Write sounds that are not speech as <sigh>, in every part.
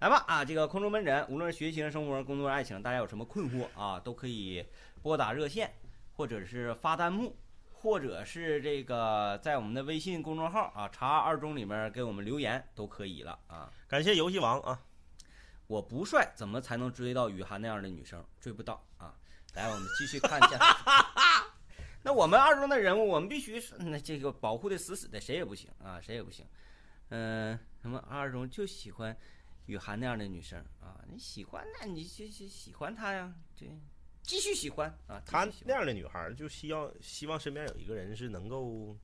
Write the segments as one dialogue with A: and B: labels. A: 来吧啊，这个空中门诊，无论是学习生活、工作、爱情，大家有什么困惑啊，都可以拨打热线，或者是发弹幕，或者是这个在我们的微信公众号啊“查二中”里面给我们留言都可以了啊。
B: 感谢游戏王啊，
A: 我不帅，怎么才能追到雨涵那样的女生？追不到啊！来，我们继续看一
B: <laughs>
A: 下。那我们二中的人物，我们必须是那这个保护的死死的，谁也不行啊，谁也不行。嗯、什么二中就喜欢雨涵那样的女生啊？你喜欢，那你就就喜欢她呀，对，继续喜欢啊。
B: 她
A: 继续喜
B: 那
A: 欢
B: 样的女孩儿就希望希望身边有一个人是能够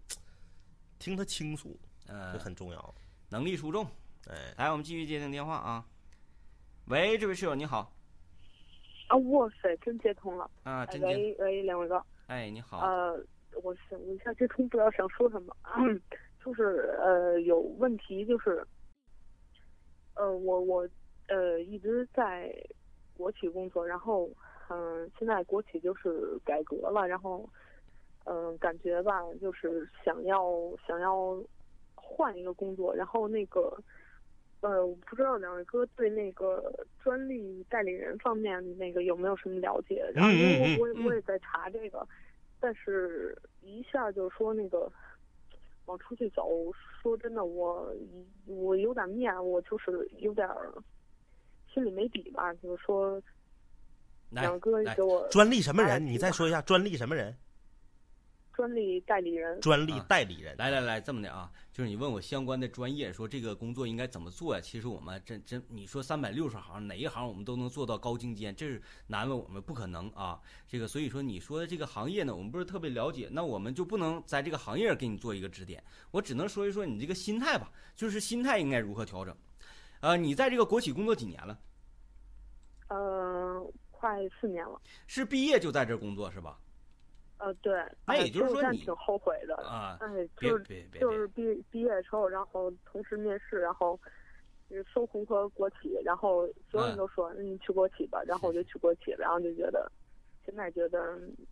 B: 听她倾诉，这
A: 嗯、
B: 很重要。
A: 能力出众。
B: 哎，
A: 来，我们继续接听电话啊。喂，这位室友你好
C: 啊，哇塞，真接通了！
A: 啊，
C: 哎
A: 真真，
C: 喂喂，两位哥，
A: 哎，你好，
C: 呃，我想我一下接通，不知道想说什么，嗯就是呃有问题，就是呃我我呃一直在国企工作，然后嗯、呃现在国企就是改革了，然后嗯、呃感觉吧，就是想要想要换一个工作，然后那个。呃，我不知道两位哥对那个专利代理人方面那个有没有什么了解？然后因为我我
A: 嗯嗯嗯
C: 也我也在查这个，但是一下就说那个往出去走，说真的，我我有点面，我就是有点儿心里没底吧，就是说
A: 来
C: 两哥
A: 来
C: 给我
B: 专利什么人？
C: 啊
B: 你再说一下，专利什么人？
C: 专利代理人，
B: 专利代理人。
A: 来来来，这么的啊，就是你问我相关的专业，说这个工作应该怎么做呀、其实我们真真，你说三百六十行，哪一行我们都能做到高精尖，这是难为我们不可能啊。这个所以说你说的这个行业呢，我们不是特别了解，那我们就不能在这个行业给你做一个指点，我只能说一说你这个心态吧，就是心态应该如何调整。呃，你在这个国企工作几年了？
C: 呃，快四年了，
A: 是毕业就在这儿工作是吧？
C: 呃，对，
A: 那也
C: 哎
A: 就是说
C: 现在
A: 你
C: 挺后悔的，
A: 啊，
C: 哎，
A: 别
C: 就是
A: 别别别
C: 就是毕毕业之后，然后同时面试，然后就是搜红和国企，然后所有人都说、嗯、你去国企吧，然后我就去国企了，然后就觉得现在觉得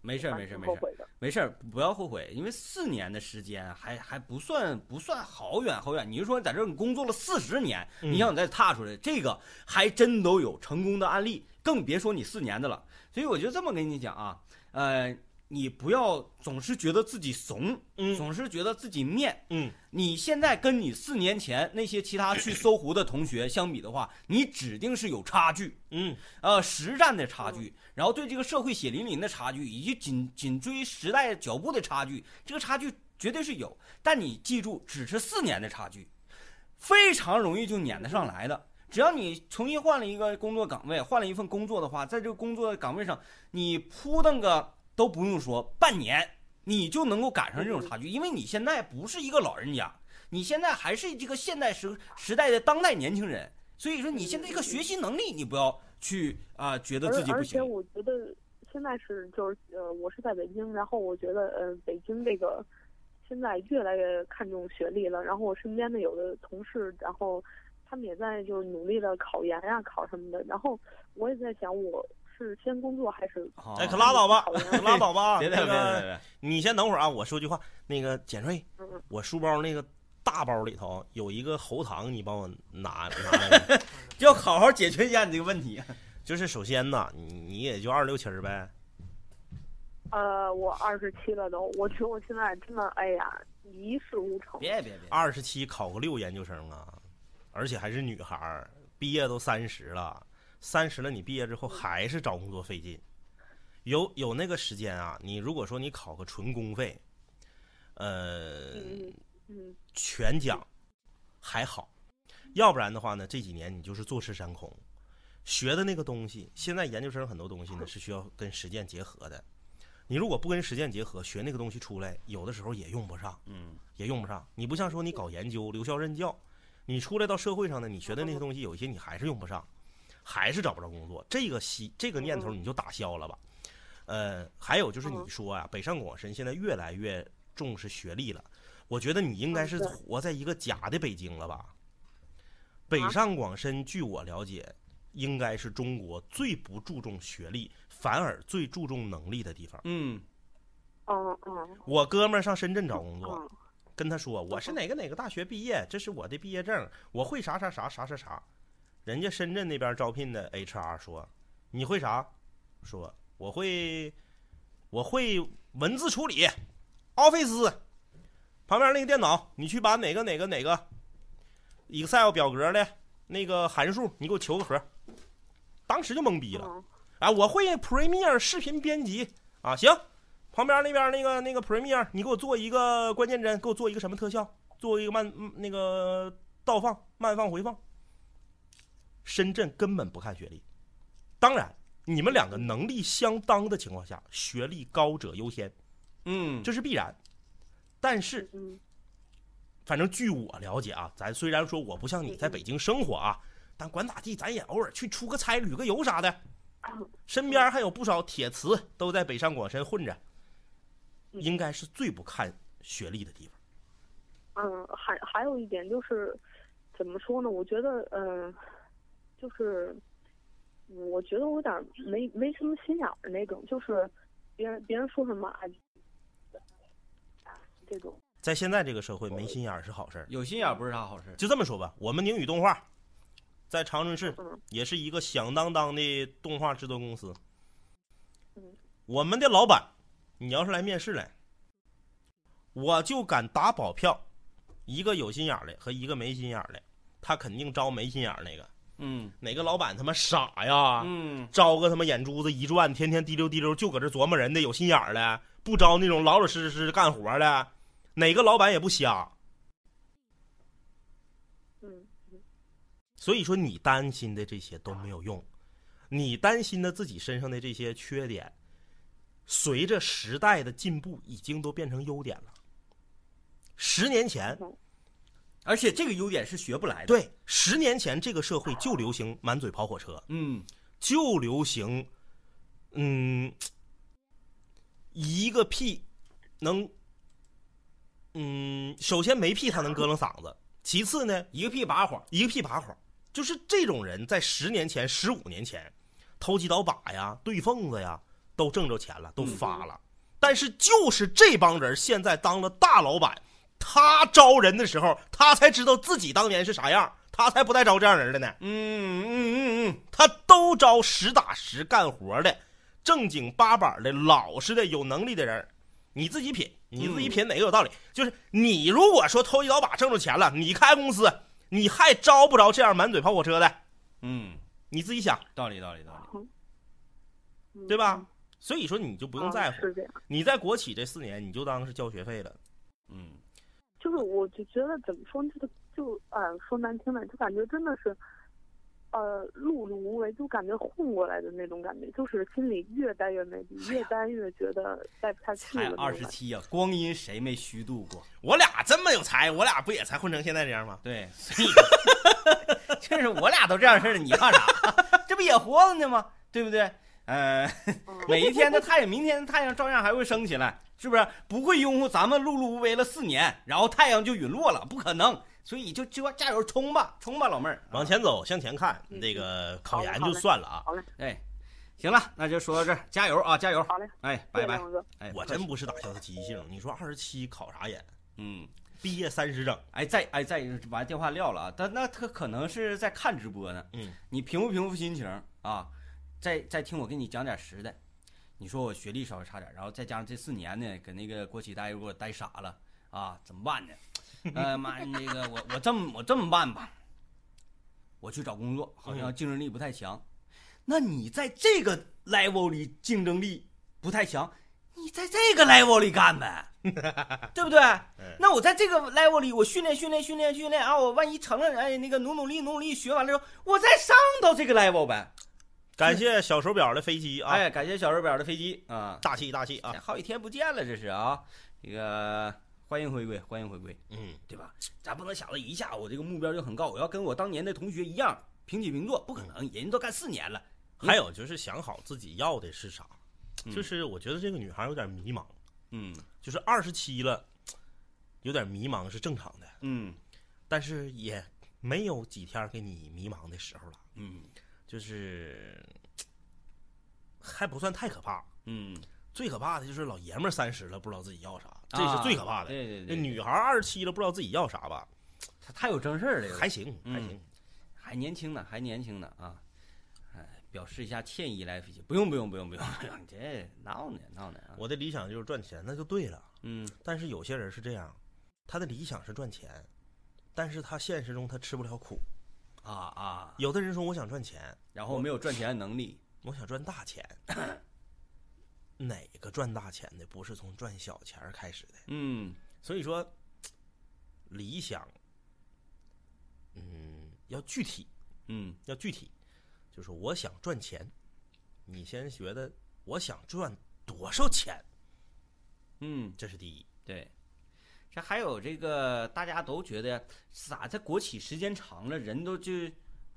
A: 没事儿没事儿
C: 挺
A: 没事
C: 后
A: 儿。
C: 悔的。
A: 没事儿，不要后悔，因为四年的时间还还不算不算好远好远。你就说在这儿你工作了四十年，
B: 嗯
A: 你想你再踏出来，这个还真都有成功的案例，更别说你四年的了。所以我就这么跟你讲啊，呃，你不要总是觉得自己怂，
B: 嗯
A: 总是觉得自己面，
B: 嗯，
A: 你现在跟你四年前那些其他去搜狐的同学相比的话，你指定是有差距。
B: 嗯，
A: 呃实战的差距，然后对这个社会血淋淋的差距，以及紧紧追时代脚步的差距，这个差距绝对是有。但你记住，只是四年的差距，非常容易就撵得上来的。只要你重新换了一个工作岗位，换了一份工作的话，在这个工作岗位上，你扑腾个都不用说半年，你就能够赶上这种差距，因为你现在不是一个老人家，你现在还是这个现代时时代的当代年轻人，所以说你现在这个学习能力，你不要去啊、觉得
C: 而
A: 自己不
C: 而且
A: 行。
C: 我觉得现在是就是呃，我是在北京，然后我觉得呃，北京这个现在越来越看重学历了。然后我身边的有的同事，然后他们也在就是努力的考研呀、考什么的。然后我也在想，我是先工作还是
A: 好
B: 哎，可拉倒吧
C: 好，呀
B: 可拉倒 <laughs> 吧。
A: 别别
B: 那
A: 别别
B: 个
A: 别，
B: 你先等会儿啊，我说句话。那个简瑞
C: 嗯嗯，
B: 我书包那个大包里头有一个喉糖，你帮我拿拿来 <laughs> 吧。
A: 就好好解决一下你这个问题。
B: 就是首先呐，你你也就二六七儿呗。
C: 呃，我二十七了都，我觉得我现在真的哎呀一事无成。
A: 别别别，
B: 二十七考个六研究生啊，而且还是女孩儿，毕业都三十了，三十了你毕业之后还是找工作费劲，有有那个时间啊，你如果说你考个纯公费，呃，
C: 嗯嗯
B: 全奖还好，要不然的话呢，这几年你就是坐吃山空。学的那个东西，现在研究生很多东西呢是需要跟实践结合的。你如果不跟实践结合，学那个东西出来，有的时候也用不上，
A: 嗯，
B: 也用不上。你不像说你搞研究留校任教，你出来到社会上呢，你学的那些东西有一些你还是用不上，还是找不着工作。这个西这个念头你就打消了吧。呃，还有就是你
C: 嗯
B: 说啊，北上广深现在越来越重视学历了，我觉得你应该是
C: 嗯对
B: 活在一个假的北京了吧？北
C: 啊
B: 上广深，据我了解，应该是中国最不注重学历，反而最注重能力的地方。
A: 嗯，
C: 嗯嗯
B: 我哥们儿上深圳找工作，
C: 嗯，
B: 跟他说我是哪个哪个大学毕业，这是我的毕业证，我会啥啥啥啥啥啥。人家深圳那边招聘的 HR 说，你会啥？说我会，我会文字处理，Office 旁边那个电脑，你去把哪个哪个哪个 Excel 表格的那个函数，你给我求个和。当时就懵逼了。
C: 嗯
B: 啊，我会 Premiere 视频编辑啊，行。旁边那边那个那个 Premiere，你给我做一个关键帧，给我做一个什么特效，做一个慢嗯那个倒放、慢放、回放。深圳根本不看学历，当然，你们两个能力相当的情况下，学历高者优先，
A: 嗯，
B: 这是必然。但是
C: 嗯
B: 反正据我了解啊，咱虽然说我不像你在北京生活啊，但管咋地，咱也偶尔去出个差、旅个游啥的。身边还有不少铁磁都在北上广深混着，应该是最不看学历的地方。
C: 嗯，还还有一点就是，怎么说呢？我觉得，嗯、就是，我觉得我有点儿没没什么心眼儿那种，就是别人别人说什么啊，这种，
B: 在现在这个社会，没心眼儿是好事儿。
A: 有心眼儿不是啥好事。
B: 就这么说吧，我们宁宇动画在长春市
C: 嗯
B: 也是一个响当当的动画制作公司
C: 嗯。
B: 我们的老板，你要是来面试来，我就敢打保票，一个有心眼儿的和一个没心眼儿的，他肯定招没心眼儿那个。
A: 嗯
B: 哪个老板他妈傻呀？
A: 嗯，
B: 招个他妈眼珠子一转，天天滴溜滴溜就搁这琢磨人的有心眼儿的，不招那种老老实实干活的，哪个老板也不瞎。
C: 嗯
B: 所以说，你担心的这些都没有用，你担心的自己身上的这些缺点，随着时代的进步，已经都变成优点了。十年前，
A: 而且这个优点是学不来的。，
B: 对，十年前这个社会就流行满嘴跑火车，
A: 嗯
B: 就流行，嗯，一个屁能，嗯，首先没屁他能咯楞嗓子，其次呢，
A: 一个屁把火。
B: 一个屁把火，就是这种人在十年前、十五年前偷鸡倒把呀、对缝子呀，都挣着钱了，都发了。但是就是这帮人现在当了大老板，他招人的时候，他才知道自己当年是啥样，他才不带招这样人的呢。
A: 嗯嗯嗯嗯，
B: 他都招实打实干活的、正经八板的、老实的、有能力的人儿。你自己品，你自己品哪个有道理？就是你如果说偷一刀把挣着钱了，你开公司，你还招不着这样满嘴跑火车的？
A: 嗯，
B: 你自己想
A: 道理道理道理。
C: 嗯，
B: 对吧？所以说你就不
C: 不
B: 用在乎
C: 嗯是，这样。
B: 你在国企这四年你就当是交学费了。
A: 嗯
C: 就是我就觉得怎么说呢，这个就啊、说难听点，就感觉真的是，呃，碌碌无为，就感觉混过来的那种感觉，就是心里越待越没底，越待越觉得待不下
A: 哎
C: 去
A: 才
C: 了那种
A: 二
C: 感
A: 十
C: 觉。
A: 七呀，光阴谁没虚度过？
B: 我俩这么有才，我俩不也才混成现在这样吗？
A: 对， <laughs> 所以这是我俩都这样式儿的，你怕啥？ <laughs> 这不也活着呢吗？对不对？呃，
C: 嗯
A: 每一天的太阳，明天的太阳照样还会升起来，是不是？不会拥护咱们碌碌无为了四年，然后太阳就陨落了，不可能。所以就就加油冲吧，冲吧，老妹儿，啊
B: 往前走，向前看，
C: 啊嗯
B: 那个
C: 好
B: 考
C: 嘞
B: 研
C: 好
B: 就
C: 嘞
B: 算了啊。
A: 哎，行了，那就说到这儿，加油啊，加油！
C: 好嘞，
A: 哎，拜拜
C: 谢谢。亮哥
A: 哎，不
B: 我
A: 客气
B: 真不是打消他积极性，你说二十七考啥研？
A: 嗯，
B: 毕业三十整。
A: 哎，再哎再把电话撂了啊，但那他可能是在看直播呢。
B: 嗯，
A: 你平复平复心情啊，再再听我给你讲点实的。你说我学历稍微差点，然后再加上这四年呢，搁那个国企待着给我待傻了啊，怎么办呢？呃妈，那个我我这么我这么办吧，我去找工作，好像竞争力不太强。那你在这个 level 里竞争力不太强，你在这个 level 里干呗，对不对？那我在这个 level 里，我训练训练训练训练啊，我万一成了，哎，那个努努力努努力，学完了之后，我再上到这个 level 呗。
B: 感谢小手表的飞机啊，
A: 哎，感谢小手表的飞机啊，
B: 大气大气啊，
A: 好几天不见了，这是啊，这个欢迎回归，欢迎回归，
B: 嗯，
A: 对吧？咱不能想着一下我这个目标就很高，我要跟我当年的同学一样平起平坐，不可能，人家都干四年了。
B: 还有就是想好自己要的是啥，
A: 嗯
B: 就是我觉得这个女孩有点迷茫，
A: 嗯
B: 就是二十七了，有点迷茫是正常的，
A: 嗯
B: 但是也没有几天给你迷茫的时候了，
A: 嗯
B: 就是还不算太可怕，
A: 嗯，
B: 最可怕的就是老爷们儿三十了不知道自己要啥，这是最可怕
A: 啊
B: 的。
A: 对对
B: 那
A: 对，
B: 女孩二十七了不知道自己要啥吧，
A: 她太有正事儿了，
B: 还行还行，
A: 嗯还年轻呢，还年轻呢啊！哎，表示一下歉意来，不用不用不用不用，不用你这闹呢闹呢啊！
B: 我的理想就是赚钱，那就对了。
A: 嗯，
B: 但是有些人是这样，他的理想是赚钱，但是他现实中他吃不了苦。
A: 啊啊，
B: 有的人说我想赚钱，
A: 然后没有赚钱的能力，
B: 我想赚大钱，哪个赚大钱的不是从赚小钱儿开始的？
A: 嗯
B: 所以说，理想，嗯，要具体，
A: 嗯
B: 要具体，就是我想赚钱，你先觉得我想赚多少钱，
A: 嗯，
B: 这是第一。
A: 对。这还有这个，大家都觉得咋在国企时间长了，人都就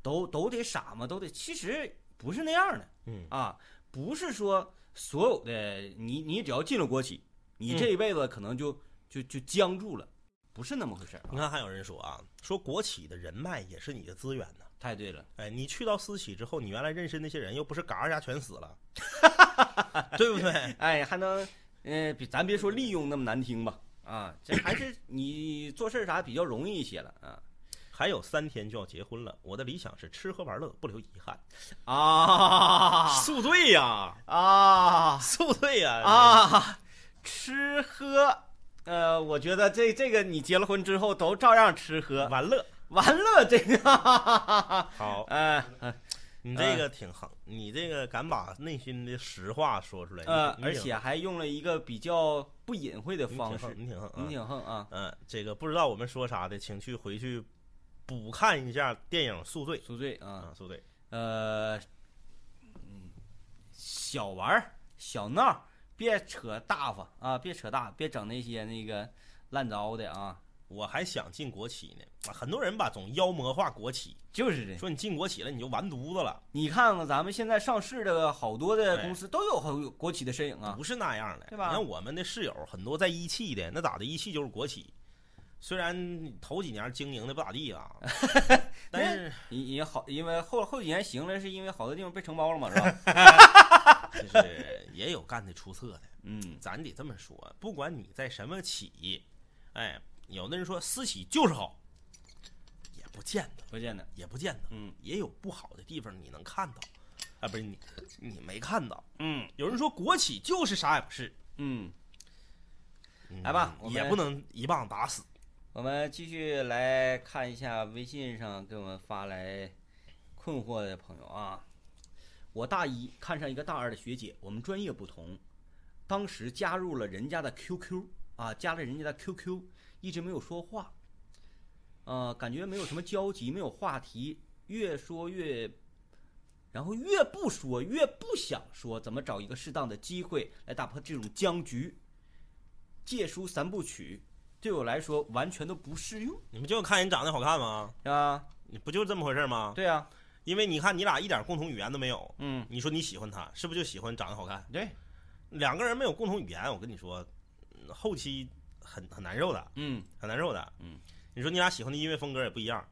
A: 都都得傻吗？都得，其实不是那样的。
B: 嗯
A: 啊，不是说所有的你你只要进了国企，你这一辈子可能就、就就僵住了，不是那么回事儿啊。
B: 你看，还有人说啊，说国企的人脉也是你的资源呢。
A: 太对了，
B: 哎，你去到私企之后，你原来认识那些人，又不是嘎一下全死了， <laughs> 对不对？
A: 哎，还能，呃，比咱别说利用那么难听吧，啊，这还是你做事儿啥比较容易一些了啊
B: 还有三天就要结婚了，我的理想是吃喝玩乐不留遗憾。
A: 啊 <laughs>
B: 宿醉呀，
A: 啊
B: 宿醉呀！
A: 啊！ <laughs> 吃喝，呃，我觉得这这个你结了婚之后都照样吃喝
B: 玩乐
A: <laughs> 完了，这个， <laughs> 哈哈哈哈
B: 好，
A: 哎
B: 你这
A: 嗯
B: 个挺横，你这个敢把内心的实话说出来，
A: 呃，
B: 你
A: 而
B: 挺
A: 且还用了一个比较不隐晦的
B: 你挺
A: 方
B: 横
A: 式，
B: 你挺横
A: 你
B: 啊。
A: 挺横啊！
B: 嗯，这个不知道我们说啥的，请去回去补看一下电影《宿醉》
A: 宿醉
B: 啊，
A: 啊，
B: 《宿醉》
A: 呃，嗯，小玩儿、小闹儿，别扯大发啊，别扯大，别整那些那个烂糟的啊，
B: 我还想进国企呢，很多人吧总妖魔化国企，
A: 就是这。
B: 说你进国企了你就完犊子了，
A: 你看看咱们现在上市的好多的公司都有好有国企的身影啊
B: 不，是那样的，
A: 对吧
B: 你看我们的室友很多在一汽的，那咋的？一汽就是国企，虽然头几年经营的不咋地
A: <laughs>
B: 啊，但是
A: 也也好，因为后后几年行了，是因为好多地方被承包了嘛，是吧？ <laughs>
B: 就是也有干的出色的。
A: 嗯
B: 咱得这么说，不管你在什么企，哎，有的人说私企就是好，也不见得，
A: 不见得，
B: 也不见得，
A: 嗯
B: 也有不好的地方你能看到，啊，不是你你没看到。
A: 嗯
B: 有人说国企就是啥也不是，
A: 嗯，
B: 嗯
A: 来吧我
B: 也
A: 们
B: 不能一棒打死。
A: 我们继续来看一下微信上给我们发来困惑的朋友啊。我大一看上一个大二的学姐，我们专业不同，当时加入了人家的 QQ 啊，加了人家的 QQ，一直没有说话，呃，感觉没有什么交集，没有话题，越说越，然后越不说越不想说，怎么找一个适当的机会来打破这种僵局？借书三部曲对我来说完全都不适用，
B: 你们就看人长得好看吗？
A: 是吧？
B: 你不就这么回事吗？
A: 对啊，
B: 因为你看你俩一点共同语言都没有，
A: 嗯，
B: 你说你喜欢他，是不是就喜欢长得好看？
A: 对，
B: 两个人没有共同语言，我跟你说，嗯后期很很难受的，
A: 嗯
B: 很难受的。
A: 嗯，
B: 你说你俩喜欢的音乐风格也不一样，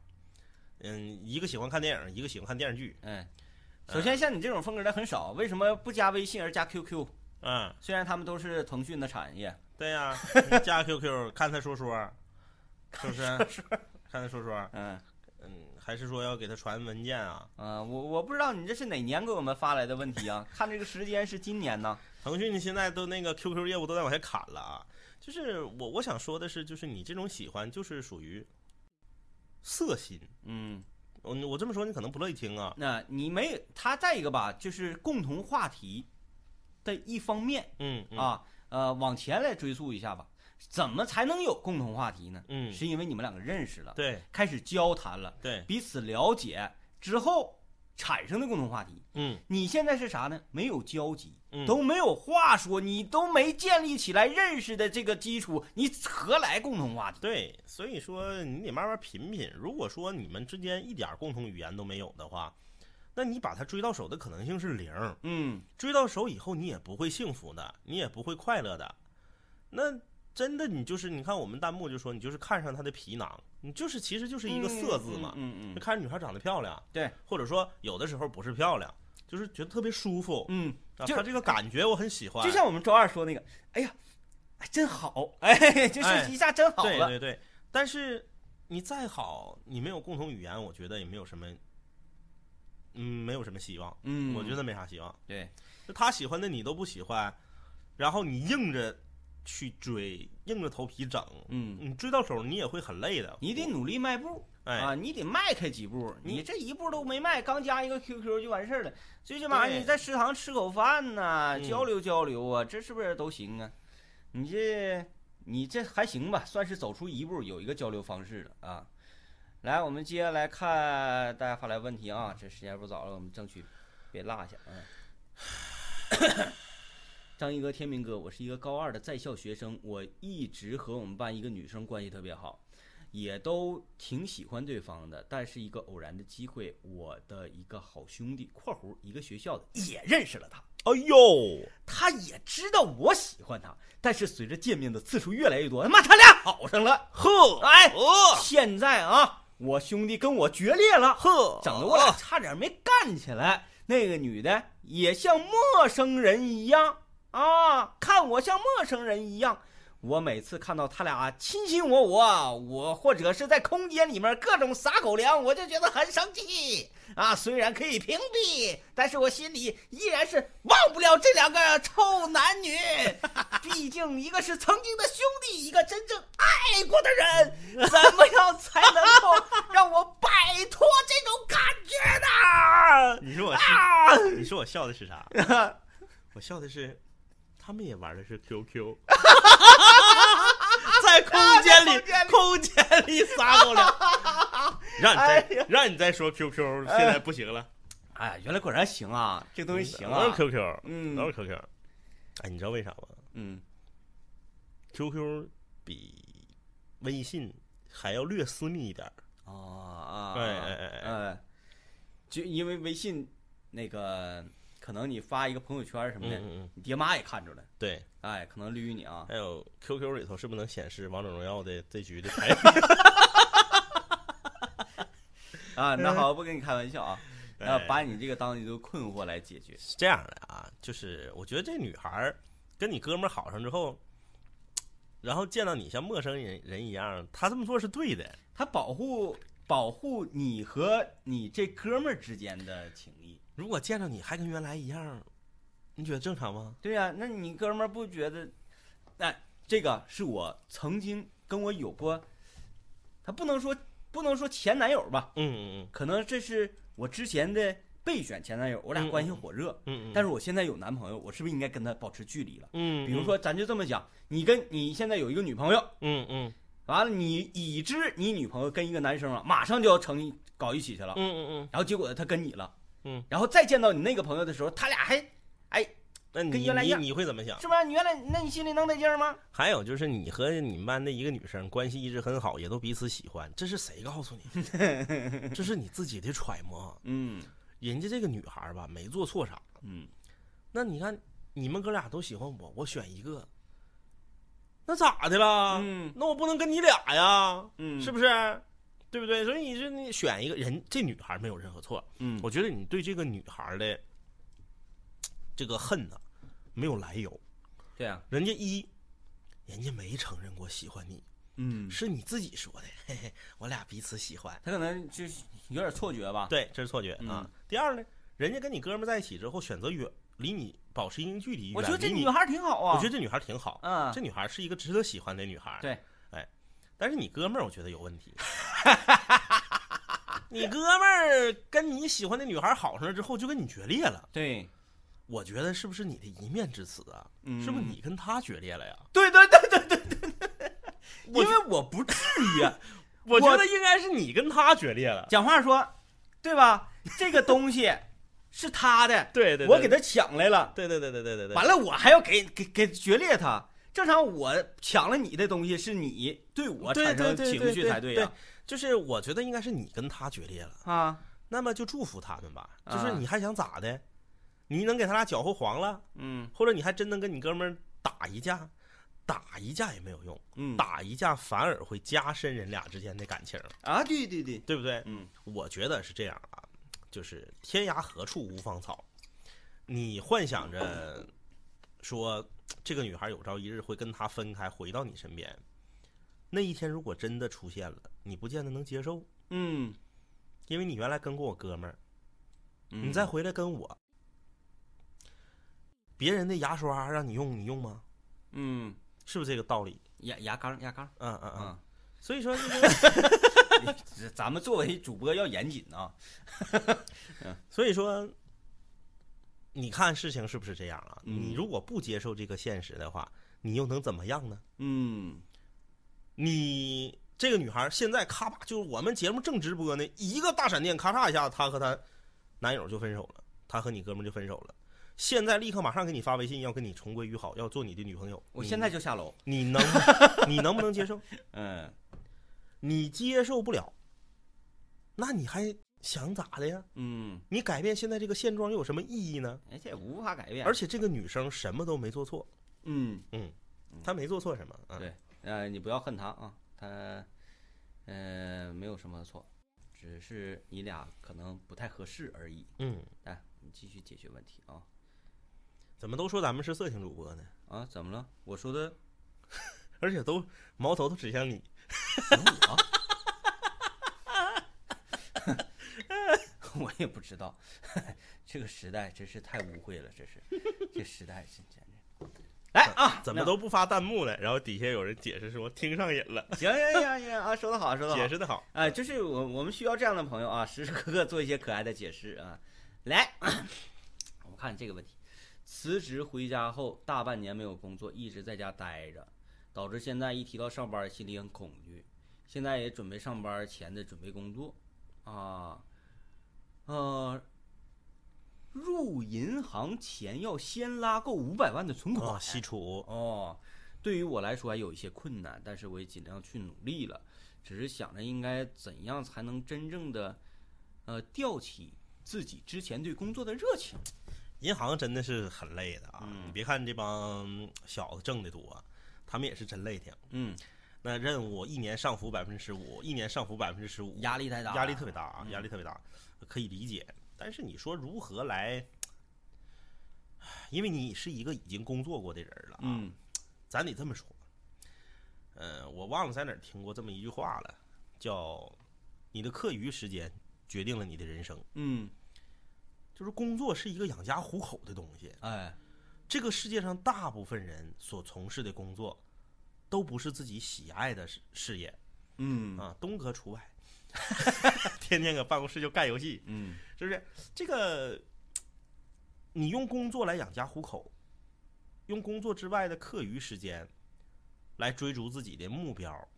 B: 嗯，一个喜欢看电影，一个喜欢看电视剧，
A: 哎，首先像你这种风格的很少，为什么不加微信而加 QQ？
B: 嗯，
A: 虽然他们都是腾讯的产业，
B: 对呀、 <laughs> 你加 QQ 看他说说，是不 <laughs> 是？看他说说，
A: 嗯
B: 嗯，还是说要给他传文件啊？
A: 啊、我我不知道你这是哪年给我们发来的问题啊？看这个时间是今年 <laughs> 呢？
B: 腾讯现在都那个 QQ 业务都在往下砍了啊。就是我我想说的是，就是你这种喜欢就是属于色心。
A: 嗯，
B: 我我这么说你可能不乐意听啊。
A: 那你没他再一个吧，就是共同话题的一方面
B: 嗯，
A: 啊，呃，往前来追溯一下吧，怎么才能有共同话题呢？
B: 嗯，嗯
A: 是因为你们两个认识了，
B: 对
A: 开始交谈了。
B: 对，
A: 彼此了解之后产生的共同话题。
B: 嗯
A: 你现在是啥呢？没有交集，
B: 嗯，
A: 都没有话说，你都没建立起来认识的这个基础，你何来共同话题？
B: 对，所以说你得慢慢品品。如果说你们之间一点共同语言都没有的话，那你把他追到手的可能性是零。
A: 嗯
B: 追到手以后，你也不会幸福的，你也不会快乐的。那真的，你就是你看我们弹幕就说你就是看上他的皮囊，你就是其实就是一个色字嘛，
A: 嗯嗯
B: 就看着女孩长得漂亮，
A: 对，
B: 或者说有的时候不是漂亮，就是觉得特别舒服，
A: 嗯，
B: 啊，
A: 就
B: 他这个感觉我很喜欢。
A: 就像我们周二说那个，哎呀，哎真好，哎， <laughs> 就是一下真好
B: 对
A: 了。
B: 对对，但是你再好，你没有共同语言，我觉得也没有什么没有什么希望，
A: 嗯，
B: 我觉得没啥希望。
A: 对，
B: 就他喜欢的你都不喜欢，然后你硬着去追，硬着头皮整，
A: 嗯，
B: 你追到手你也会很累的。
A: 你得努力迈步。
B: 哎，
A: 啊，你得迈开几步，你
B: 你
A: 这一步都没迈，刚加一个 QQ 就完事儿了。最起码
B: 对
A: 你在食堂吃口饭呐、
B: 嗯
A: 交流交流啊，这是不是都行啊？你这你这还行吧，算是走出一步，有一个交流方式了啊。来，我们接下来看大家发来问题啊，这时间不早了，我们争取别落下啊。张一哥、天明哥，我是一个高二的在校学生，我一直和我们班一个女生关系特别好，也都挺喜欢对方的，但是一个偶然的机会，我的一个好兄弟（括弧一个学校的）也认识了他，
B: 哎呦，
A: 他也知道我喜欢他，但是随着见面的次数越来越多，他妈他俩好上了，
B: 呵，
A: 哎，
B: 呵，
A: 现在啊，我兄弟跟我决裂了，
B: 呵，
A: 整得我俩差点没干起来。那个女的也像陌生人一样啊，看我像陌生人一样。我每次看到他俩亲亲我我，我或者是在空间里面各种撒狗粮，我就觉得很生气啊。虽然可以屏蔽，但是我心里依然是忘不了这两个臭男 <laughs> 女。毕竟一个是曾经的兄弟，一个真正爱过的人，怎么样才能够让我摆脱这种感觉呢？
B: 呃你说我是，你说我笑的是啥？
A: 啊，
B: 我笑的是，他们也玩的是
A: <laughs>
B: QQ，在空间里，空间里撒狗粮，
A: <laughs>
B: 让你
A: 哎呀
B: 再让你再说 QQ，现在不行了，
A: <laughs> 哎，原来果然行啊，这东西行
B: 都
A: 啊
B: 是。QQ，
A: 嗯
B: 都是 QQ。哎，你知道为啥吗
A: 嗯，
B: ？QQ 比微信还要略私密一点儿，
A: 哦啊，
B: 哎哎哎哎
A: 哎，就因为微信那个，可能你发一个朋友圈什么
B: 嗯
A: 的，
B: 嗯嗯，
A: 你爹妈也看着了，
B: 对。
A: 哎，可能绿你啊。
B: 还有 QQ 里头是不是能显示王者荣耀的这局的 <laughs> 排名？
A: 啊，
B: 嗯
A: 那好，不跟你开玩笑啊，啊，
B: 哎
A: 把你这个当一个困惑来解决。
B: 是这样的啊，就是我觉得这女孩儿跟你哥们儿好上之后，然后见到你像陌生人人一样，她这么做是对的。
A: 他保护保护你和你这哥们儿之间的情谊。
B: 如果见到你还跟原来一样，你觉得正常吗？
A: 对呀、那你哥们儿不觉得？那、这个是我曾经跟我有过，他不能说不能说前男友吧，
B: 嗯嗯
A: 可能这是我之前的备选前男友，我俩
B: 嗯
A: 关系
B: 嗯
A: 火热。
B: 嗯嗯，
A: 但
B: 是
A: 是我现在有男朋友，我是不是应该跟他保持距离了？
B: 嗯，
A: 比如说，咱就这么讲，你跟你现在有一个女朋友，
B: 嗯嗯
A: 完了你已知你女朋友跟一个男生了，马上就要成一搞一起去了，
B: 嗯嗯嗯，
A: 然后结果他跟你了，
B: 嗯，
A: 然后再见到你那个朋友的时候，他俩还
B: 那你
A: 跟原来一
B: 你
A: 样
B: 你会怎么想？
A: 是不是？啊你原来那你心里能得劲儿吗？
B: 还有就是你和你们班的一个女生关系一直很好，也都彼此喜欢，这是谁告诉你 <laughs> 的？这是你自己的揣摩。
A: 嗯
B: 人家这个女孩儿吧，没做错啥，
A: 嗯，
B: 那你看，你们哥俩都喜欢我，我选一个，那咋的啦？
A: 嗯
B: 那我不能跟你俩呀，
A: 嗯
B: 啊是
A: 是不
B: 不是？对不对？所以你是你选一个人，这女孩没有任何错。
A: 嗯
B: 我觉得你对这个女孩的这个恨呢、没有来由。
A: 对啊，
B: 人家一，人家没承认过喜欢你，
A: 嗯，
B: 是你自己说的，嘿嘿，我俩彼此喜欢。
A: 他可能就是有点错觉吧。
B: 对，这是错觉啊。
A: 嗯
B: 第二呢，人家跟你哥们在一起之后，选择远离你保持一定距离，
A: 我觉得
B: 远离
A: 这
B: 你
A: 女孩儿挺好啊。
B: 我觉得这女孩挺好，
A: 嗯
B: 这女孩是一个值得喜欢的女孩。
A: 对，
B: 哎，但是你哥们儿，我觉得有 <laughs> 问题。你哥们儿跟你喜欢的女孩好上了之后，就跟你决裂了。
A: 对，
B: 我觉得是不是你的一面之词啊？
A: 嗯
B: 是不是你跟他决裂了呀？
A: 对对对对对对
B: <laughs>
A: 对，
B: 我
A: 因为我不至于啊。 <laughs>
B: 我觉得应该是你跟他决裂了。
A: 讲话说，对吧？这个东西是他的，
B: 对对，
A: 我给，他抢来了，
B: 对对对对对对对，
A: 完了我还要给给给决裂他。正常我抢了你的东西，是你对我
B: 对
A: 产
B: 对
A: 生
B: 对
A: 情
B: 对
A: 绪
B: 对
A: 才对
B: 对
A: 呀。
B: 就是我觉得应该是你跟他决裂了。
A: 啊，
B: 那么就祝福他们吧，就
A: 啊
B: 是你还想咋的？你能给他俩搅和黄了？
A: 嗯
B: 或者你还真能跟你哥们儿打一架，打一架也没有用，
A: 嗯，
B: 打一架反而会加深人俩之间的感情，
A: 啊，对对对，
B: 对不对？
A: 嗯
B: 我觉得是这样啊，就是天涯何处无芳草，你幻想着说这个女孩有朝一日会跟他分开，回到你身边，那一天如果真的出现了，你不见得能接受，
A: 嗯
B: 因为你原来跟过我哥们儿，
A: 你
B: 你再回来跟我。别人的牙刷让你用，你用吗？
A: 嗯，
B: 是不是这个道理？
A: 牙牙缸牙缸
B: 嗯嗯嗯
A: 啊。， <laughs>
B: 所以说这个，
A: 这咱们作为主播要严谨啊。
B: 所以说，你看事情是不是这样啊？
A: 嗯
B: 你如果不接受这个现实的话，你又能怎么样呢？
A: 嗯
B: 你这个女孩现在咔吧，就是我们节目正直播呢，一个大闪电，咔嚓一下，她和她男友就分手了，她和你哥们儿就分手了。现在立刻马上给你发微信，要跟你重归于好，要做你的女朋友。，
A: 我
B: 你
A: 现在就下楼。<laughs>
B: 你能你能不能接受？
A: 嗯
B: 你接受不了，那你还想咋的呀？
A: 嗯，
B: 你改变现在这个现状又有什么意义呢？
A: 而且无法改变。
B: 而且这个女生什么都没做错，
A: 嗯，
B: 她没做错什么啊
A: 对。呃，你不要恨他啊，他呃没有什么错，只是你俩可能不太合适而已。
B: 嗯，
A: 来，你继续解决问题啊
B: 怎么都说咱们是色情主播呢？
A: 啊！怎么了？我说的
B: 而且都矛头都指向你。
A: 有我，啊 <laughs> 我也不知道， <laughs> 这个时代真是太污秽了，这是这时代是简直。来啊，
B: 怎么都不发弹幕了，然后底下有人解释说听上瘾了，
A: 行行行行啊，说的好，说的好
B: 解。释的好。
A: 啊，就是我我们需要这样的朋友啊，时时刻刻做一些可爱的解释啊。来，我们看这个问题：辞职回家后大半年没有工作，一直在家待着，导致现在一提到上班心里很恐惧。现在也准备上班前的准备工作啊，呃，入银行前要先拉够五百万的存款，
B: 啊，西楚，
A: 哦，对于我来说还有一些困难，但是我也尽量去努力了，只是想着应该怎样才能真正的，呃，吊起自己之前对工作的热情。
B: 银行真的是很累的啊！
A: 嗯
B: 你别看这帮小子挣的多，他们也是真累挺。
A: 嗯，
B: 那任务一年上浮百分之十五，一年上浮百分之十五，
A: 压力太大了，
B: 压力特别大啊，
A: 嗯
B: 压力特别大，可以理解。但是你说如何来？唉因为你是一个已经工作过的人了啊，
A: 嗯
B: 咱得这么说。呃，我忘了在哪儿听过这么一句话了，叫“你的课余时间决定了你的人生
A: 嗯，”。
B: 就是工作是一个养家糊口的东西，
A: 哎，
B: 这个世界上大部分人所从事的工作，都不是自己喜爱的事事业
A: 嗯
B: 啊，东哥除外， <laughs> 天天搁办公室就干游戏，
A: 嗯
B: 是不是？这个你用工作来养家糊口，用工作之外的课余时间来追逐自己的目标，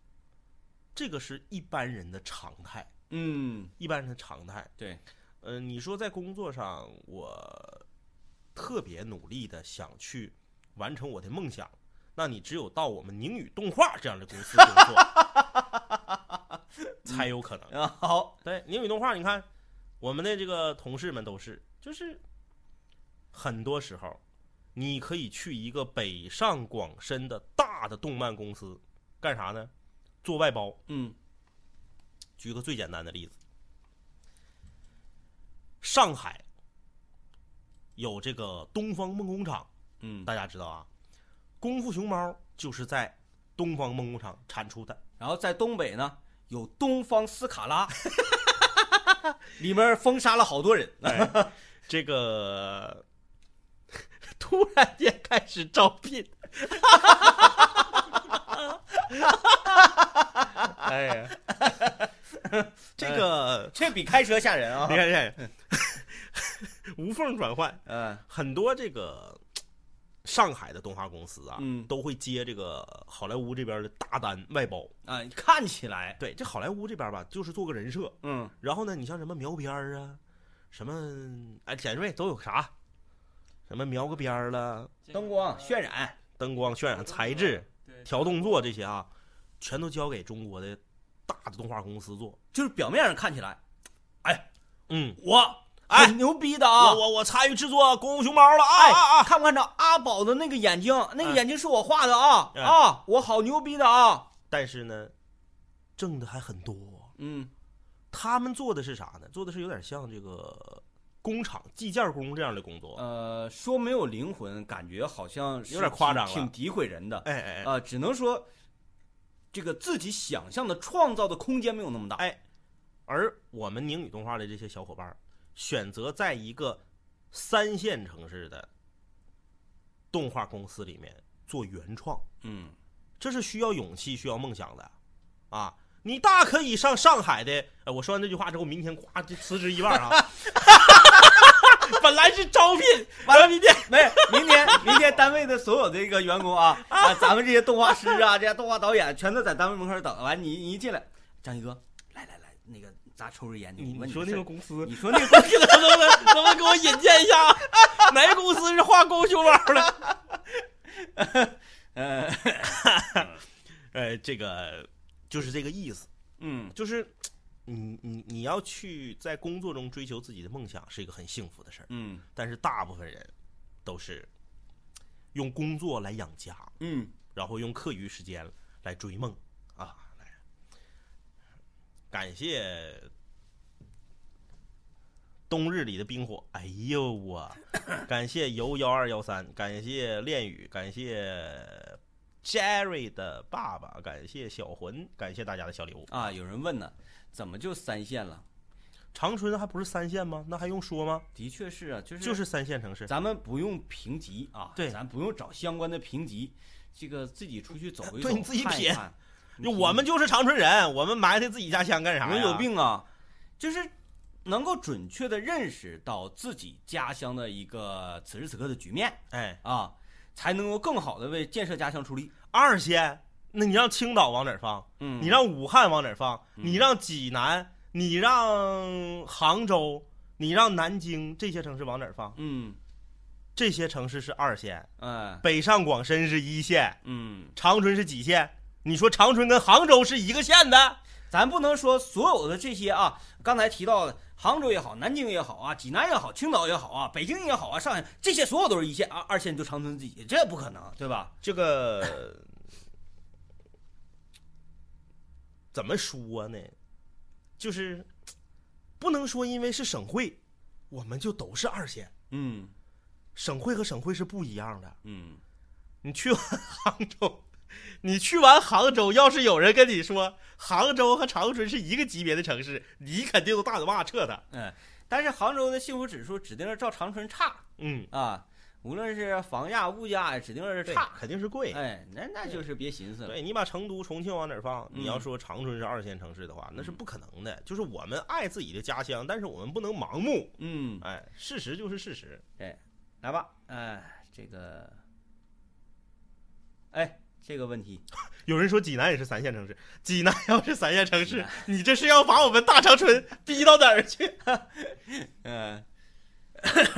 B: 这个是一般人的常态，
A: 嗯，
B: 一般人的常态。
A: 对，
B: 呃，你说在工作上，我特别努力的想去完成我的梦想。那你只有到我们宁宇动画这样的公司工作，才有可能。
A: 啊好，
B: 对，英语动画，你看我们的这个同事们都是，就是很多时候，你可以去一个北上广深的大的动漫公司干啥呢？做外包。
A: 嗯
B: 举个最简单的例子，上海有这个东方梦工厂，
A: 嗯，
B: 大家知道啊，《功夫熊猫》就是在东方梦工厂产出的。
A: 然后在东北呢有东方斯卡拉， <laughs> 里面封杀了好多人。
B: 哎这个突然间开始招聘，哎呀，这个
A: <laughs> 这比开车吓人啊
B: 哎 <laughs> 你！看 <laughs> 这无缝转换，
A: 嗯
B: 很多这个上海的动画公司啊，
A: 嗯
B: 都会接这个好莱坞这边的大单外包。
A: 啊，看起来，
B: 对，这好莱坞这边吧，就是做个人设，
A: 嗯，
B: 然后呢，你像什么描边儿啊，什么哎简瑞都有啥，什么描个边儿了，
A: 灯光啊渲染，
B: 灯光渲染、材质、
D: 对
B: 调动作这些啊，全都交给中国的大的动画公司做。
A: 就是表面上看起来
B: 嗯，
A: 我
B: 哎
A: 很牛逼的啊，
B: 我我我参与制作《功夫熊猫》了啊
A: 哎
B: 啊啊！
A: 看不看着阿宝的那个眼睛，那个
B: 哎
A: 眼睛是我画的啊、
B: 哎
A: 啊，我好牛逼的啊，
B: 但是呢，挣的还很多。
A: 嗯
B: 他们做的是啥呢？做的是有点像这个工厂计件工这样的工作。
A: 呃，说没有灵魂，感觉好像是
B: 有点夸张了
A: 挺挺诋毁人的，
B: 哎哎哎，
A: 呃，只能说这个自己想象的创造的空间没有那么大，
B: 哎而我们宁宇动画的这些小伙伴儿，选择在一个三线城市的动画公司里面做原创，
A: 嗯，
B: 这是需要勇气、需要梦想的，啊。你大可以上上海的，呃我说完这句话之后，明天咵就辞职一半啊！ <laughs> 本来是招聘，完了明天
A: 没，明天明天单位的所有的这个员工
B: <laughs>
A: 啊，啊，咱们这些动画师啊，这些动画导演全都在单位门口等。完，你你一进来，张一哥，来来来，那个咱抽根烟，
B: 你
A: 问你
B: 你说
A: 个
B: 那
A: 事
B: 个
A: 儿
B: 公司，
A: <laughs> 你说那个公司
B: 能不能能不能给我引荐一下，哪个公司是画公熊猫的？
A: 呃，
B: 呃，这个就是这个意思，
A: 嗯
B: 就是你你你要去在工作中追求自己的梦想，是一个很幸福的事儿。
A: 嗯
B: 但是大部分人都是用工作来养家，
A: 嗯，
B: 然后用课余时间来追梦啊。来，感谢冬日里的冰火，哎
A: <laughs>
B: 呦我，感谢游幺二幺三，感谢恋雨，感谢 Jerry 的爸爸，感谢小魂，感谢大家的小礼物。
A: 啊，有人问呢，怎么就三线了？
B: 长春还不是三线吗？那还用说吗？
A: 的确是啊，就是
B: 就是三线城市。
A: 咱们不用评级啊，
B: 对
A: 咱不用找相关的评级，这个自己出去走一走，
B: <laughs> 对你自己
A: 看一
B: 品
A: 看
B: 就我们就是长春人，我们埋汰自己家乡干啥呀？
A: 人有病啊，就是能够准确的认识到自己家乡的一个此时此刻的局面
B: 哎，
A: 啊，才能够更好的为建设家乡出力。
B: 二线，那你让青岛往哪儿放？
A: 嗯
B: 你让武汉往哪儿放？
A: 嗯
B: 你让济南，你让杭州，你让南京这些城市往哪儿放？
A: 嗯
B: 这些城市是二线，
A: 哎
B: 北上广深是一线，
A: 嗯，
B: 长春是几线？你说长春跟杭州是一个县的？
A: 咱不能说所有的这些啊，刚才提到的杭州也好，南京也好啊，济南也好，青岛也好啊，北京也好啊，上海这些所有都是一线啊，二线就长春自己，这不可能，对吧？
B: 这个
A: <laughs>
B: 怎么说呢？就是不能说因为是省会，我们就都是二线。
A: 嗯
B: 省会和省会是不一样的。
A: 嗯。
B: 你去完杭州， <laughs> 你去完杭州，要是有人跟你说杭州和长春是一个级别的城市，你肯定都大嘴巴撤他。
A: 嗯，但是杭州的幸福指数指定是照长春差
B: 嗯，
A: 啊，无论是房价、物价，指定是
B: 对
A: 差，。
B: 肯定是贵。
A: 哎，那那就是别寻思了。
B: 对你把成都、重庆往哪儿放？
A: 嗯
B: 你要说长春是二线城市的话，那是不可能的。就是我们爱自己的家乡，但是我们不能盲目。
A: 嗯，
B: 哎，事实就是事实。
A: 来吧，哎，这个，哎，这个问题，
B: 有人说济南也是三线城市，济南 <laughs> 要是三线城市，你这是要把我们大长春 <laughs> 逼到哪儿去？
A: 嗯、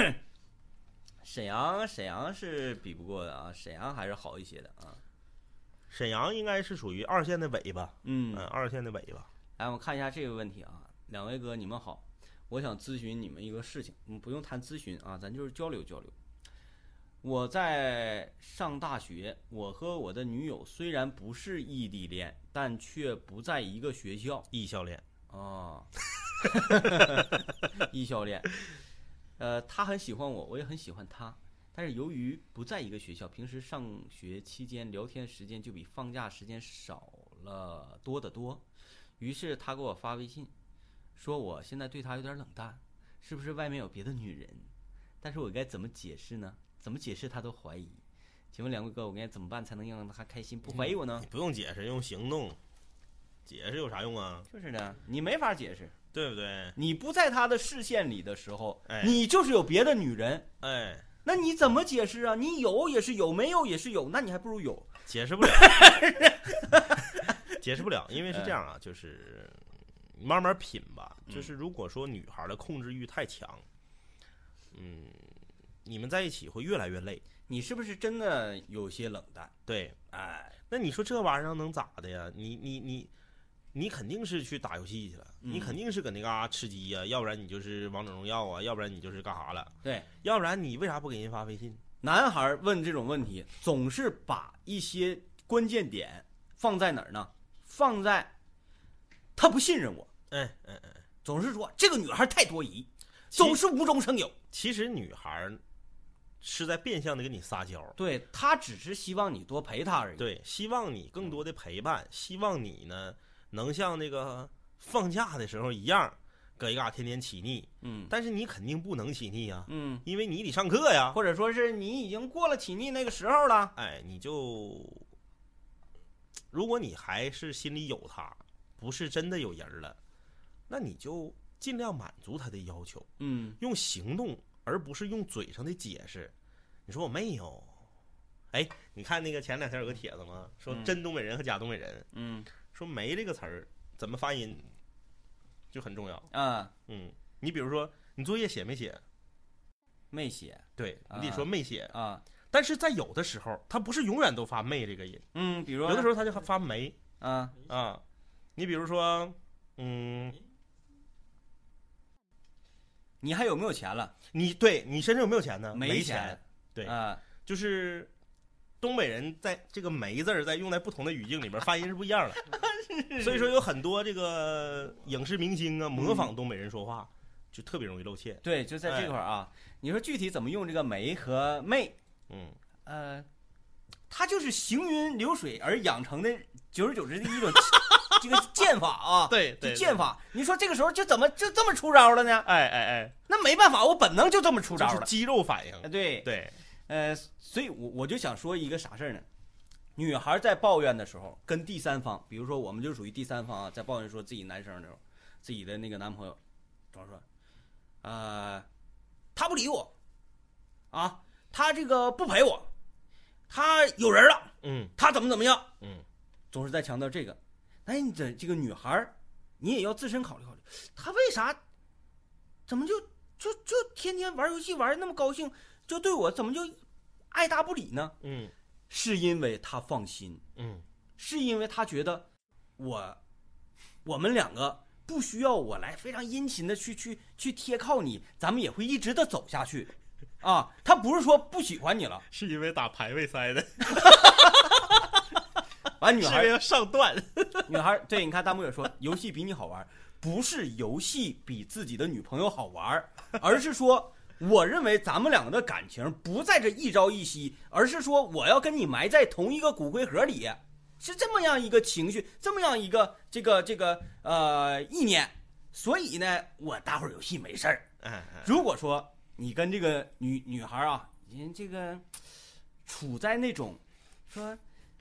A: <coughs> 沈阳，沈阳是比不过的啊，沈阳还是好一些的啊。
B: 沈阳应该是属于二线的尾巴，
A: 嗯
B: 嗯，，二线的尾巴。
A: 来，我看一下这个问题啊，两位哥，你们好，我想咨询你们一个事情，嗯，不用谈咨询啊，咱就是交流交流。我在上大学，我和我的女友虽然不是异地恋，但却不在一个学校
B: 易教练，
A: <laughs> 啊，异校恋。呃，她很喜欢我，我也很喜欢她，但是由于不在一个学校，平时上学期间聊天时间就比放假时间少了多得多。于是他给我发微信，说我现在对他有点冷淡，是不是外面有别的女人？但是我该怎么解释呢？怎么解释他都怀疑。请问两位哥，我该怎么办才能让他开心，不怀疑我呢
B: 你？不用解释，用行动，解释有啥用啊？
A: 就是的，你没法解释。
B: 对不对？
A: 你不在他的视线里的时候，
B: 哎
A: 你就是有别的女人，
B: 哎，
A: 那你怎么解释啊？你有也是有，没有也是有，那你还不如有。
B: 解释不了， <laughs> 解释不了，因为是这样啊，就是慢慢品吧。就是如果说女孩的控制欲太强，嗯，你们在一起会越来越累。
A: 你是不是真的有些冷淡？
B: 对，
A: 哎，
B: 那你说这玩意儿能咋的呀？你你你。你肯定是去打游戏去了，你
A: 嗯
B: 肯定是搁那嘎吃鸡呀、要不然你就是王者荣耀啊，要不然你就是干啥了，
A: 对，
B: 要不然你为啥不给人发微信？
A: 男孩问这种问题，总是把一些关键点放在哪儿呢？放在他不信任我，
B: 哎哎
A: 总是说这个女孩太多疑，
B: 其
A: 总是无中生有。
B: 其实女孩儿是在变相的跟你撒娇儿，
A: 对他只是希望你多陪他而已。，
B: 对，希望你更多的陪伴，希望你呢能像那个放假的时候一样，搁一嘎天天起腻，
A: 嗯
B: 但是你肯定不能起腻呀、
A: 嗯，
B: 因为你得上课呀。
A: 或者说是你已经过了起腻那个时候了，
B: 哎，你就如果你还是心里有他，不是真的有人儿了，那你就尽量满足他的要求，
A: 嗯
B: 用行动而不是用嘴上的解释。你说我没有，哎，你看那个前两天有个帖子吗？说
A: 嗯
B: 真东北人和假东北人，
A: 嗯
B: 说“没”这个词儿怎么发音就很重要。
A: 啊，
B: 嗯，你比如说你作业写没写？
A: 没写
B: 对你得说
A: 啊
B: 没写，
A: 啊，
B: 但是在有的时候，它不是永远都发“没”这个音，
A: 嗯，比如
B: 有
A: 说
B: 的时候它就发“没”。
A: 啊，
B: 啊，你比如说，嗯，
A: 你还有没有钱了？
B: 你对你身上有啊没有钱呢？
A: 没
B: 钱，对
A: 啊，
B: 就是东北人在这个“没”字儿在用在不同的语境里面发音是不一样的， <laughs> 所以说有很多这个影视明星啊模仿东北人说话，就特别容易露怯。
A: 对，就在这块儿啊，
B: 哎
A: 你说具体怎么用这个没和妹？
B: 嗯，
A: 呃，它就是行云流水而养成的，久而久之的
B: <laughs>
A: 一种 <laughs> 这个剑法啊，
B: 对
A: 这
B: 对，
A: 剑法。你说这个时候就怎么就这么出招了呢？
B: 哎哎哎，
A: 那没办法，我本能就这么出
B: 就
A: 招
B: 是
A: 了。
B: 肌肉反应。
A: 哎对，
B: 对，
A: 呃，所以我我就想说一个啥事儿呢？女孩在抱怨的时候，跟第三方，比如说我们就属于第三方啊，在抱怨说自己男生的时候，自己的那个男朋友，总说，呃，他不理我，啊，他这个不陪我，他有人了，
B: 嗯
A: 他怎么怎么样，
B: 嗯，
A: 总是在强调这个。那你这这个女孩儿，你也要自身考虑考虑，她为啥，怎么就就就天天玩游戏玩的那么高兴，就对我怎么就爱答不理呢？
B: 嗯
A: 是因为她放心，
B: 嗯
A: 是因为她觉得我我们两个不需要我来非常殷勤的去去去贴靠你，咱们也会一直的走下去。啊，她不是说不喜欢你了，
B: 是因为打排位赛的，
A: 完女
B: 是
A: 孩
B: 因
A: 儿
B: 为要上段。
A: 女孩儿，对，你看弹幕也说，游戏比你好玩儿，不是游戏比自己的女朋友好玩儿，而是说，我认为咱们两个的感情不在这一朝一夕，而是说我要跟你埋在同一个骨灰盒里，是这么样一个情绪，这么样一个这个这个呃意念。所以呢，我打会儿游戏没事儿。
B: 哎哎，
A: 如果说你跟这个女女孩儿啊，人这个处在那种说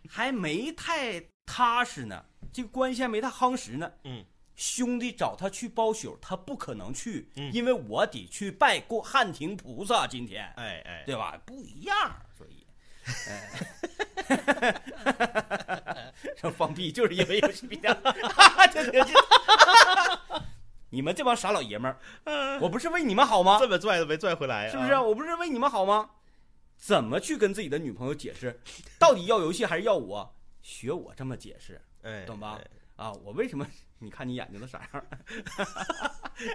A: 还没太踏实呢，这个关系还没太夯实呢，
B: 嗯，
A: 兄弟找他去包宿，他不可能去，
B: 嗯
A: 因为我得去拜过汉庭菩萨，今天，
B: 哎哎，
A: 对吧？不一样，所以。哎说 <laughs> 放屁就是因为游戏比较， <laughs> 就就就，你们这帮傻老爷们儿，我不是为你们好吗？
B: 这么拽都没拽回来啊，
A: 是不是？我不是为你们好吗？怎么去跟自己的女朋友解
B: <laughs>
A: 释，到底要游戏还是要我？学我这么解释
B: 哎，
A: 懂吧
B: 哎？
A: 啊！我为什么？ <laughs> 你看你眼睛都啥样？
B: 哎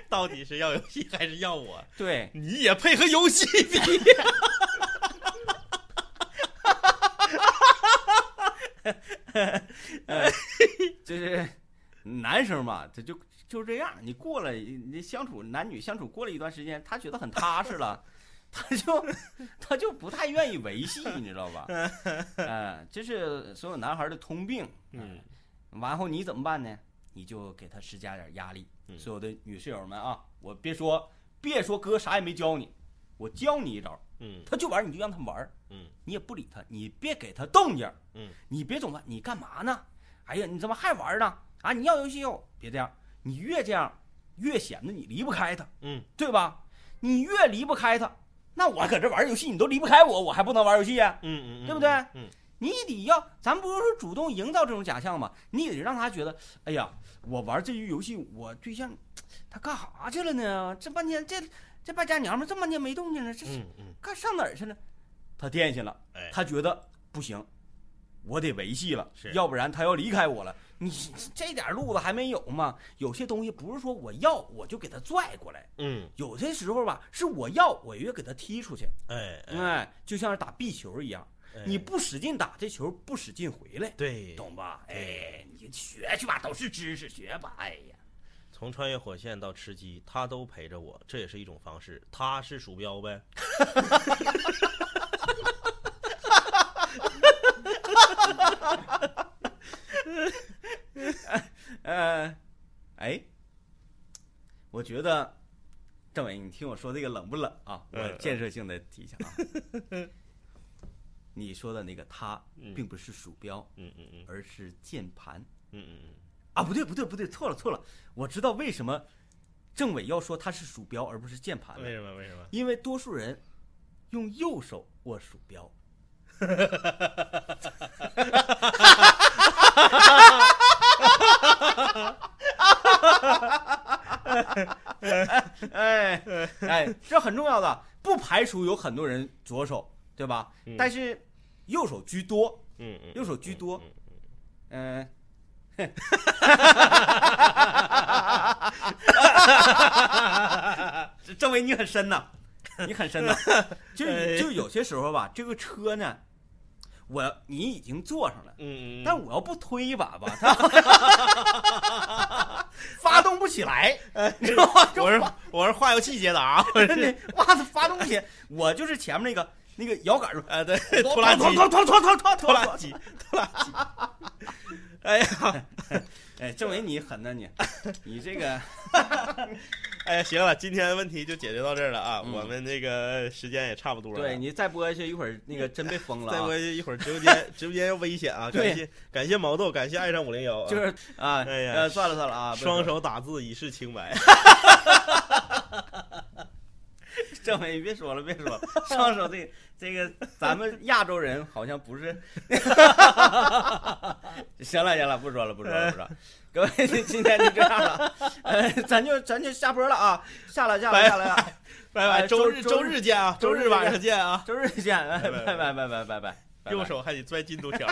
B: 到底是要游戏还是要我？
A: 对，
B: 你也配合游戏比？
A: 就是男生嘛，他就就是这样。你过了，你相处男女相处过了一段时间，他觉得很踏实了， <laughs> 他就他就不太愿意维系，你知道
B: <laughs>
A: 吧？嗯、这是所有男孩的通病。啊
B: 嗯，
A: 完后你怎么办呢？你就给他施加点压力。
B: 嗯
A: 所有的女室友们啊，我别说别说哥啥也没教你，我教你一招，
B: <laughs> 嗯
A: 他就玩你就让他玩儿，
B: 嗯
A: 你也不理他，你别给他动静儿，
B: 嗯
A: 你别总问你干嘛呢？哎呀，你怎么还玩呢？啊，你要游戏哟，别这样，你越这样越显得你离不开他，
B: 嗯
A: 对吧？你越离不开他，那我搁这玩游戏，你都离不开我，我还不能玩游戏呀、
B: 嗯嗯，
A: 对不对
B: 嗯
A: 你得要，咱不是说主动营造这种假象吗？你得让他觉得，哎呀，我玩这局游戏，我对象他干啥去了呢？这半天这这败家娘们这么半天没动静了，这是
B: 嗯嗯，
A: 干上哪儿去了？他惦记了，
B: 哎，
A: 他觉得不行，我得维系了
B: 是，
A: 要不然他要离开我了。你这点路子还没有吗？有些东西不是说我要我就给他拽过来，
B: 嗯
A: 有些时候吧，是我要我越给他踢出去，
B: 哎哎，
A: 哎，就像是打壁球一样。你不使劲打，这球不使劲回来，
B: 对，
A: 懂吧？
B: 对
A: 哎，你学去吧，都是知识，学吧。哎呀，
B: 从穿越火线到吃鸡，他都陪着我，这也是一种方式。他是鼠标呗？
A: 呃，哎，我觉得政委，你听我说这个冷不冷啊？我
B: 嗯
A: 建设性的提一下啊。 <laughs> 你说的那个它并不是鼠标，
B: 嗯嗯嗯
A: 而是键盘
B: 嗯嗯嗯，
A: 啊！不对，不对，不对，错了，错了。我知道为什么政委要说它是鼠标而不是键盘
B: 为
A: 了，
B: 什么为什么？
A: 因为多数人用右手握鼠标。哎哎，这很重要的，不排除有很多人左手，对吧？
B: 嗯
A: 但是右手居多，
B: 嗯嗯，
A: 右手居多
B: 嗯。嗯
A: 嗯、 <laughs> 这政委你很深呐，你很深
B: <laughs>
A: 呐，
B: 哎
A: 就是就有些时候吧，这个车呢，我你已经坐上了。
B: 嗯嗯，
A: 但我要不推一把吧，它 <laughs> 发动不起
B: <laughs>
A: 来，你知道吗？
B: 我是我是化油器接的啊， <laughs> 我
A: 真
B: 是
A: 的，哇，它发动不起来。我就是前面那个那个摇杆
B: <laughs>
A: 儿，
B: 啊对，拖
A: 拖
B: 拉
A: 拉
B: 机
A: 机，拖拖拖拖拖
B: 拖拉机，拖拉机。 <laughs> 哎呀，
A: 哎，政委你狠呐你，你这个
B: 哎呀，行了，今天问题就解决到这儿了啊，
A: 嗯
B: 我们这个时间也差不多了。啊
A: 对你再播下去，一会儿那个真被封了、啊。
B: <laughs> 再播一会儿，直播间直播间要危险啊！感
A: 对
B: 谢感谢毛豆，感谢爱上五零幺，
A: <laughs> 就是啊，
B: 哎呀
A: 呃，算了算了啊，
B: 双手打字以示清白。
A: 政委，别说了，别说了，双手这这个咱们亚洲人好像不是。 <laughs> 行了行了，不说了不说了不说了，各位今天就这样了，呃，咱就咱就下播了啊，下了下了下了下了，
B: <laughs> 拜拜，
A: 哎
B: 周
A: 周
B: 日
A: 周
B: 周日见啊，周
A: 周
B: 日
A: 日
B: 晚
A: 见
B: 上见啊，
A: 周日见，拜
B: 拜
A: 拜
B: 拜
A: 拜拜拜拜拜，
B: 右手还得拽进度条。